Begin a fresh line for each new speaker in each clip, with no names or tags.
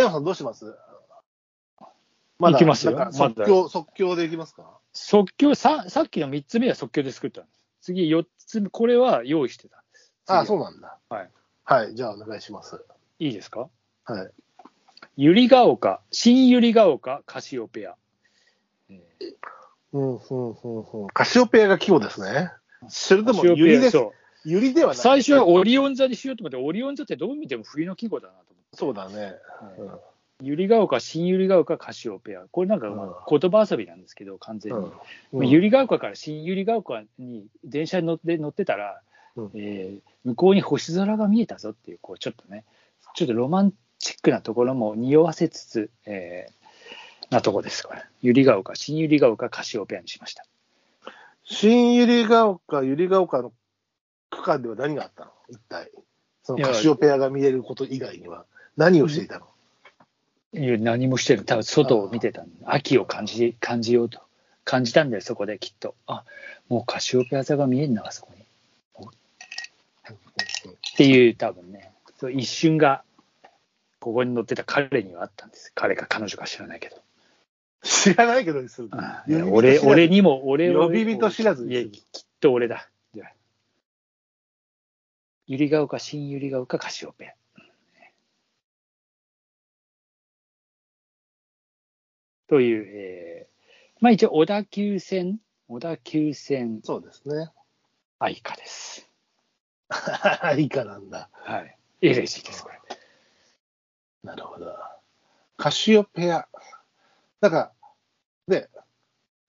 さんどうします
いきますよ
だから
ま
即
だ
興、即興でいきますか
即興さ、さっきの3つ目は即興で作ったんです。次4つ目、これは用意してたんです。
あ、そううなんだ。
はい。
はい、じゃあお願いします。
いいですか
はい。
ゆりが丘、新ゆりが丘、カシオペア。
うん、うん、うん、うん。カシオペアが季語ですね。それでも、
カシオペア
ゆりです。
そ
ゆりではな
う
い。
最初はオリオン座にしようと思って、オリオン座ってどう見ても冬の季語だなと思って。
そうだね。うん
ゆりが丘、新ゆりが丘、カシオペア。これなんかまあ言葉遊びなんですけど、完全に。
うん。
ゆりが丘から新ゆりが丘に電車に乗って乗ってたら、
うん
えー向こうに星空が見えたぞっていう、こうちょっとね、ちょっとロマンチックなところも匂わせつつ、えーなとこです、これ。ゆりが丘、新ゆりが丘、カシオペアにしました。
新ゆりが丘、ゆりが丘の区間では何があったの一体。そ
い
の
や
カシオペアが見えること以外には何をしていたの
いや何もしてる、多分外を見てたんで秋を感じ感じようと、感じたんだよ、そこできっと。あもうカシオペア座が見えるな、あそこに。っていう、多分ね、そう一瞬が、ここに乗ってた彼にはあったんです。彼か彼女か知らないけど。
知らないけどにするの。
あ
呼び人
俺
知らず
俺にも、俺を
呼び人知らずに
い
す
や、
る
きっと俺だ。じゃあゆりが丘、新ゆりが丘、カシオペア。という、えー、まあ一応、小田急線、小田急線
そうですね。
愛花です。
以下なんだ。
はい。エレジーです、これ。
なるほど。カシオペア。なんか、ね、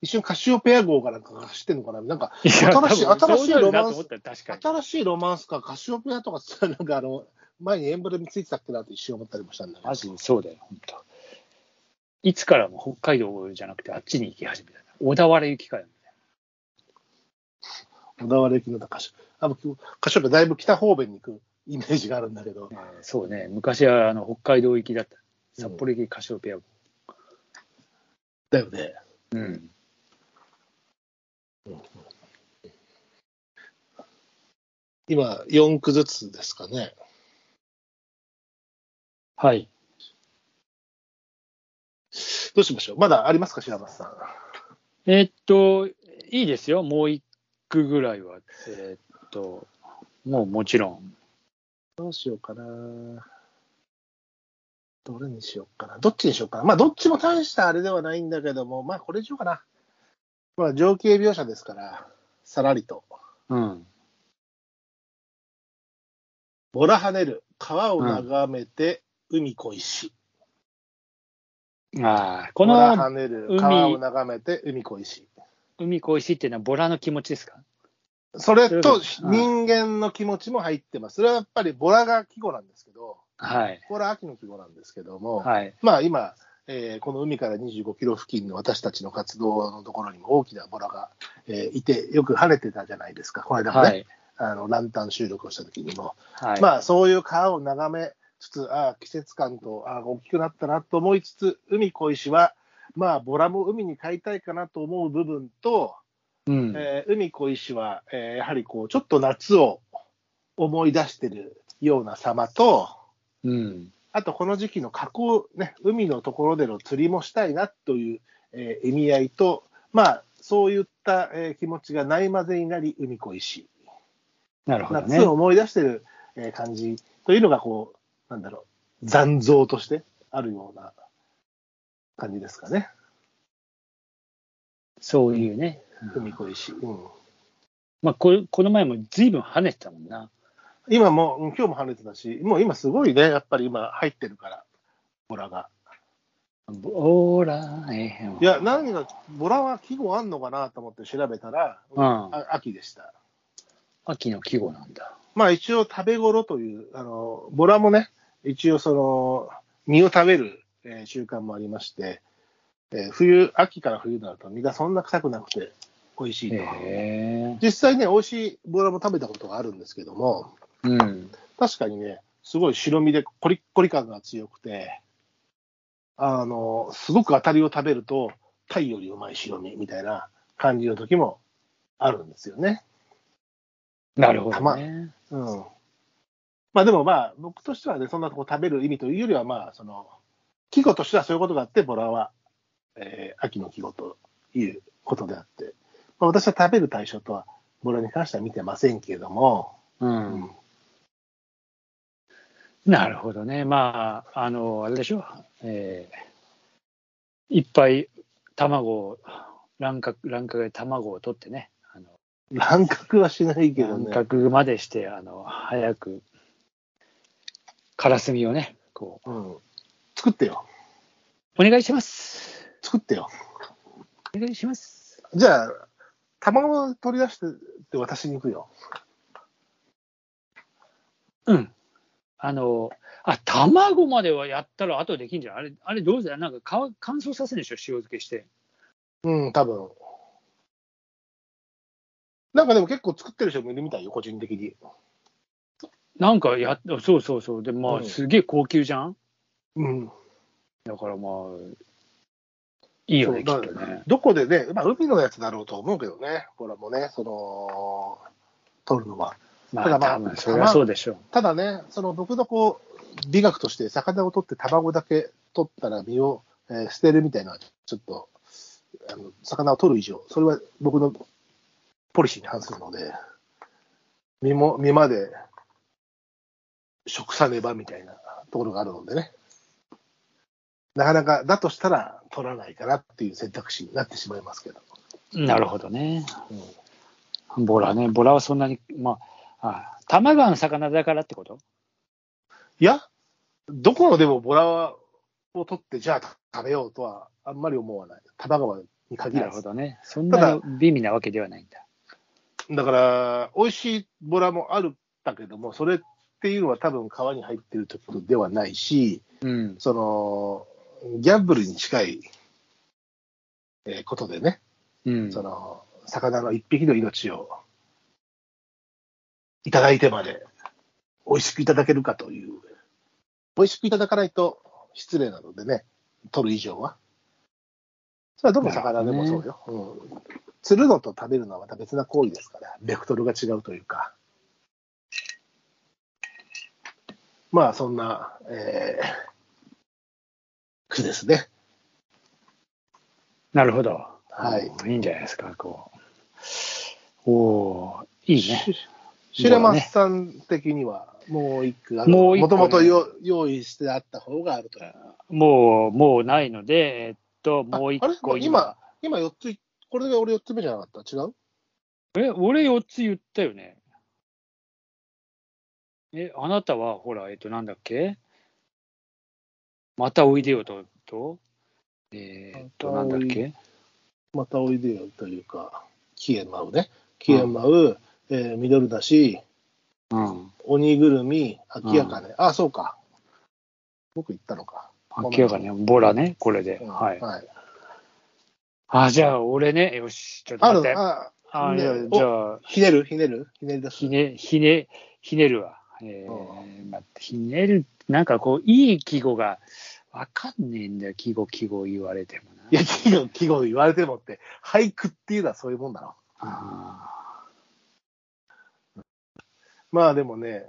一瞬カシオペア号かなんかが走ってんのかななんか、
いや
新しい
多
新
分
しいロマンス
そうだよなと思ったら確かに。
新しいロマンスか、カシオペアとかさ、なんかあの、前にエンブレムついてたっけなって一瞬思ったりもしたんだけど
マ。ジでそうだよ、本当。いつからも北海道じゃなくてあっちに行き始めたんだ。小田原行きかよ。
小田原駅のカシオ、あの、カシオペアだいぶ北方面に行くイメージがあるんだけど。
そうね、昔はあの北海道行きだった。札幌行きカシオペア号。
だよね。
うん。
今、4区ずつですかね。
はい。
どうしましょうまだありますか、白松さん。
えーっと、いいですよ、もう一句ぐらいは。えーっと、もうもちろん。
どうしようかな。どれにしようかな。どっちにしようかな。まあ、どっちも大したあれではないんだけども、まあ、これにしようかな。まあ、情景描写ですから、さらりと。
うん。
ボラ跳ねる、川を眺めて、海恋し。
ああ、
ボ
こ
ラ
の
跳ねる、
海
川を眺めて、海恋し。
海恋しいっていうのはボラの気持ちですか
それと、
そうい
人
う
間の気持ちも入ってます。それはやっぱり、ボラが季語なんですけど、
はい。
ボラ秋の季語なんですけども、
はい。
まあ今、えーこの海から25キロ付近の私たちの活動のところにも大きなボラが、えーいて、よく晴れてたじゃないですか、この間もね、
はい。
あのランタン収録をした時にも、
はい。
まあそういう川を眺めつつ、ああ、季節感と、ああ、大きくなったなと思いつつ、海小石は、まあ、ボラも海に飼いたいかなと思う部分と、
うん。
えー海小石は、えーやはりこう、ちょっと夏を思い出してるような様と、
うん。
あとこの時期の河口、ね、海のところでの釣りもしたいなという、えー意味合いと、まあ、そういった、えー気持ちがないまぜになり、海恋し、
なるほどね
夏。を思い出してる、えー感じというのが、こう、なんだろう、残像としてあるような感じですかね、
そういうね。
海恋し。うん、
まあ、ここの前も随分跳ねてたもんな。
今も、うん今日も晴れてたし、もう今すごいね、やっぱり今入ってるから、ボラが。
ボーラーえー
いや、何が、ボラは季語あんのかなと思って調べたら、
うん。
あ秋でした。
秋の季語なんだ。
まあ一応食べ頃という、あの、ボラもね、一応その、実を食べる、えー習慣もありまして、えー冬、秋から冬になると実がそんな臭くなくて美味しいと。
へえ。
実際ね、美味しいボラも食べたことがあるんですけども、
うん。
確かにね、すごい白身でコリッコリ感が強くて、あの、すごく当たりを食べると、タイよりうまい白身みたいな感じの時もあるんですよね。
なるほどね。
うんまあでもまあ、僕としてはね、そんなこう食べる意味というよりは、まあ、その、季語としてはそういうことがあって、ボラは、えー秋の季語ということであって、まあ、私は食べる対象とは、ボラに関しては見てませんけれども、
うん。なるほどね。まあ、あの、あれでしょ。えーいっぱい卵を、卵殻、卵殻で卵を取ってね。あの
乱獲はしないけど
乱
ね。
獲までして、あの、早く、カラスミをね、こ
うん。作ってよ。
う、お願いします。
作ってよ。
お願いします。
じゃあ、卵を取り出してって渡しに行くよ。
うん。あの、あ、卵まではやったら後でできんじゃん。あれ、あれどうせ、なんか乾乾燥させるんでしょ、塩漬けして。
うん、多分。なんかでも結構作ってる人もいるみたいよ、個人的に。
なんかやっ、そうそうそう。で、
う
まあ、
ん
すげえ高級じゃん
うん。
だからまあ、いいよね、きっ
そう
とね。
どこでね、まあ、海のやつだろうと思うけどね、ほらもうね、その、取るのは。
ま
ただ
あ、
まあ
多分それはそうでしょう。
ただね、その僕のこう、美学として、魚を取って卵だけ取ったら身を、えー捨てるみたいな、ちょっと、あの魚を取る以上、それは僕のポリシーに反するので、身も、身まで食さねばみたいなところがあるのでね。なかなか、だとしたら取らないかなっていう選択肢になってしまいますけど。
なるほどね。
うん
ボラね、ボラはそんなに、まあ、あ玉川の魚だからってこと
いや、どこのでもボラを取って、じゃあ食べようとはあんまり思わない。多摩川に限
な
ら
るほ
ず。
どね。そんなに美味なわけではないんだ。
だから、美味しいボラもあるんだけども、それっていうのは多分川に入ってる時ではないし、
うん。
その、ギャンブルに近い、えーことでね、
うん。
その、魚の一匹の命をいただいてまで、美味しくいただけるかという、美味しくいただかないと失礼なのでね、取る以上は。それはどの魚でもそうよ。うん、釣るのと食べるのはまた別な行為ですから、ベクトルが違うというか。まあ、そんな、えー、句ですね。
なるほど。
はい
い。いいんじゃないですか、こう。おーいいね。
シュレマスさん的には、もう一句ある、
もう一
も
個
と
ね
もとよ用意してあった方があるという。
もう、もうないので、えっと、もう一
ああ
個
れ今、今4つい、これが俺4つ目じゃなかった違う
え、俺4つ言ったよね。え、あなたは、ほら、えっと、なんだっけまたおいでよと、とえーっと、な
ま
ん
た
だ
お
っ
い
け
またおいでよというか、キエマウね。キエマウ、えーミドルだし、
うん。
鬼ぐるみ、秋やかね。あ、そうか。僕言ったのか。
明らかね、ボラね、これで。
うん
はい。あ、じゃあ、俺ね、よし、ちょっと
あ
待っ
る
て。
あ、
あ、じゃあ
ね、お
じゃあ、
ひねるひねるひねり出す。
ひね、ひね、ひねるわ。えー待ってひねる、なんかこう、いい季語が、わかんねえんだよ、季語、季語言われてもな。
いや、季語、季語言われてもって、俳句っていうのはそういうもんだろ。
あ
まあでもね、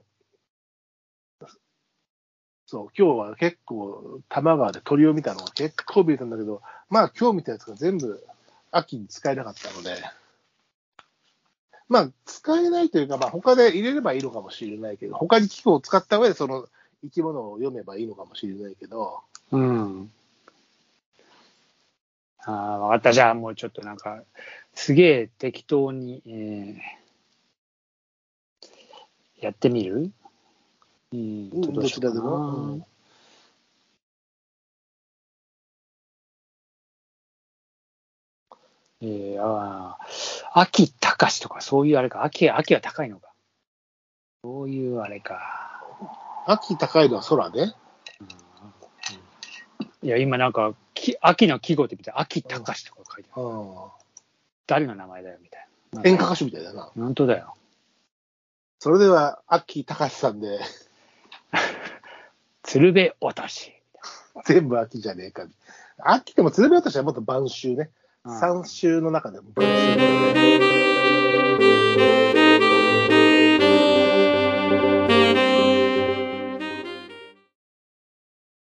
そう、今日は結構、多摩川で鳥を見たのが結構見えたんだけど、まあ今日見たやつが全部秋に使えなかったので、まあ使えないというか、まあ他で入れればいいのかもしれないけど、他に機構を使った上でその生き物を読めばいいのかもしれないけど、
ーうん。ああ、わかった。じゃあ、もうちょっとなんか、すげえ適当に、えーやってみるうん
うんどちらでも。うん
えー、ああ、秋高しとか、そういうあれか、秋、秋は高いのか。そういうあれか。
秋高いのは空ね。
いや、今なんか、き秋の季語って見て、秋高しとか書いてある。
う
誰の名前だよ、みたいな。
ん。演歌歌手みたいだな。
本当だよ。
それでは、秋高さんで、
鶴瓶落とし。
全部秋じゃねえか。秋でも鶴瓶私はもっと晩秋ね。
うん
三週の中でも晩秋なので。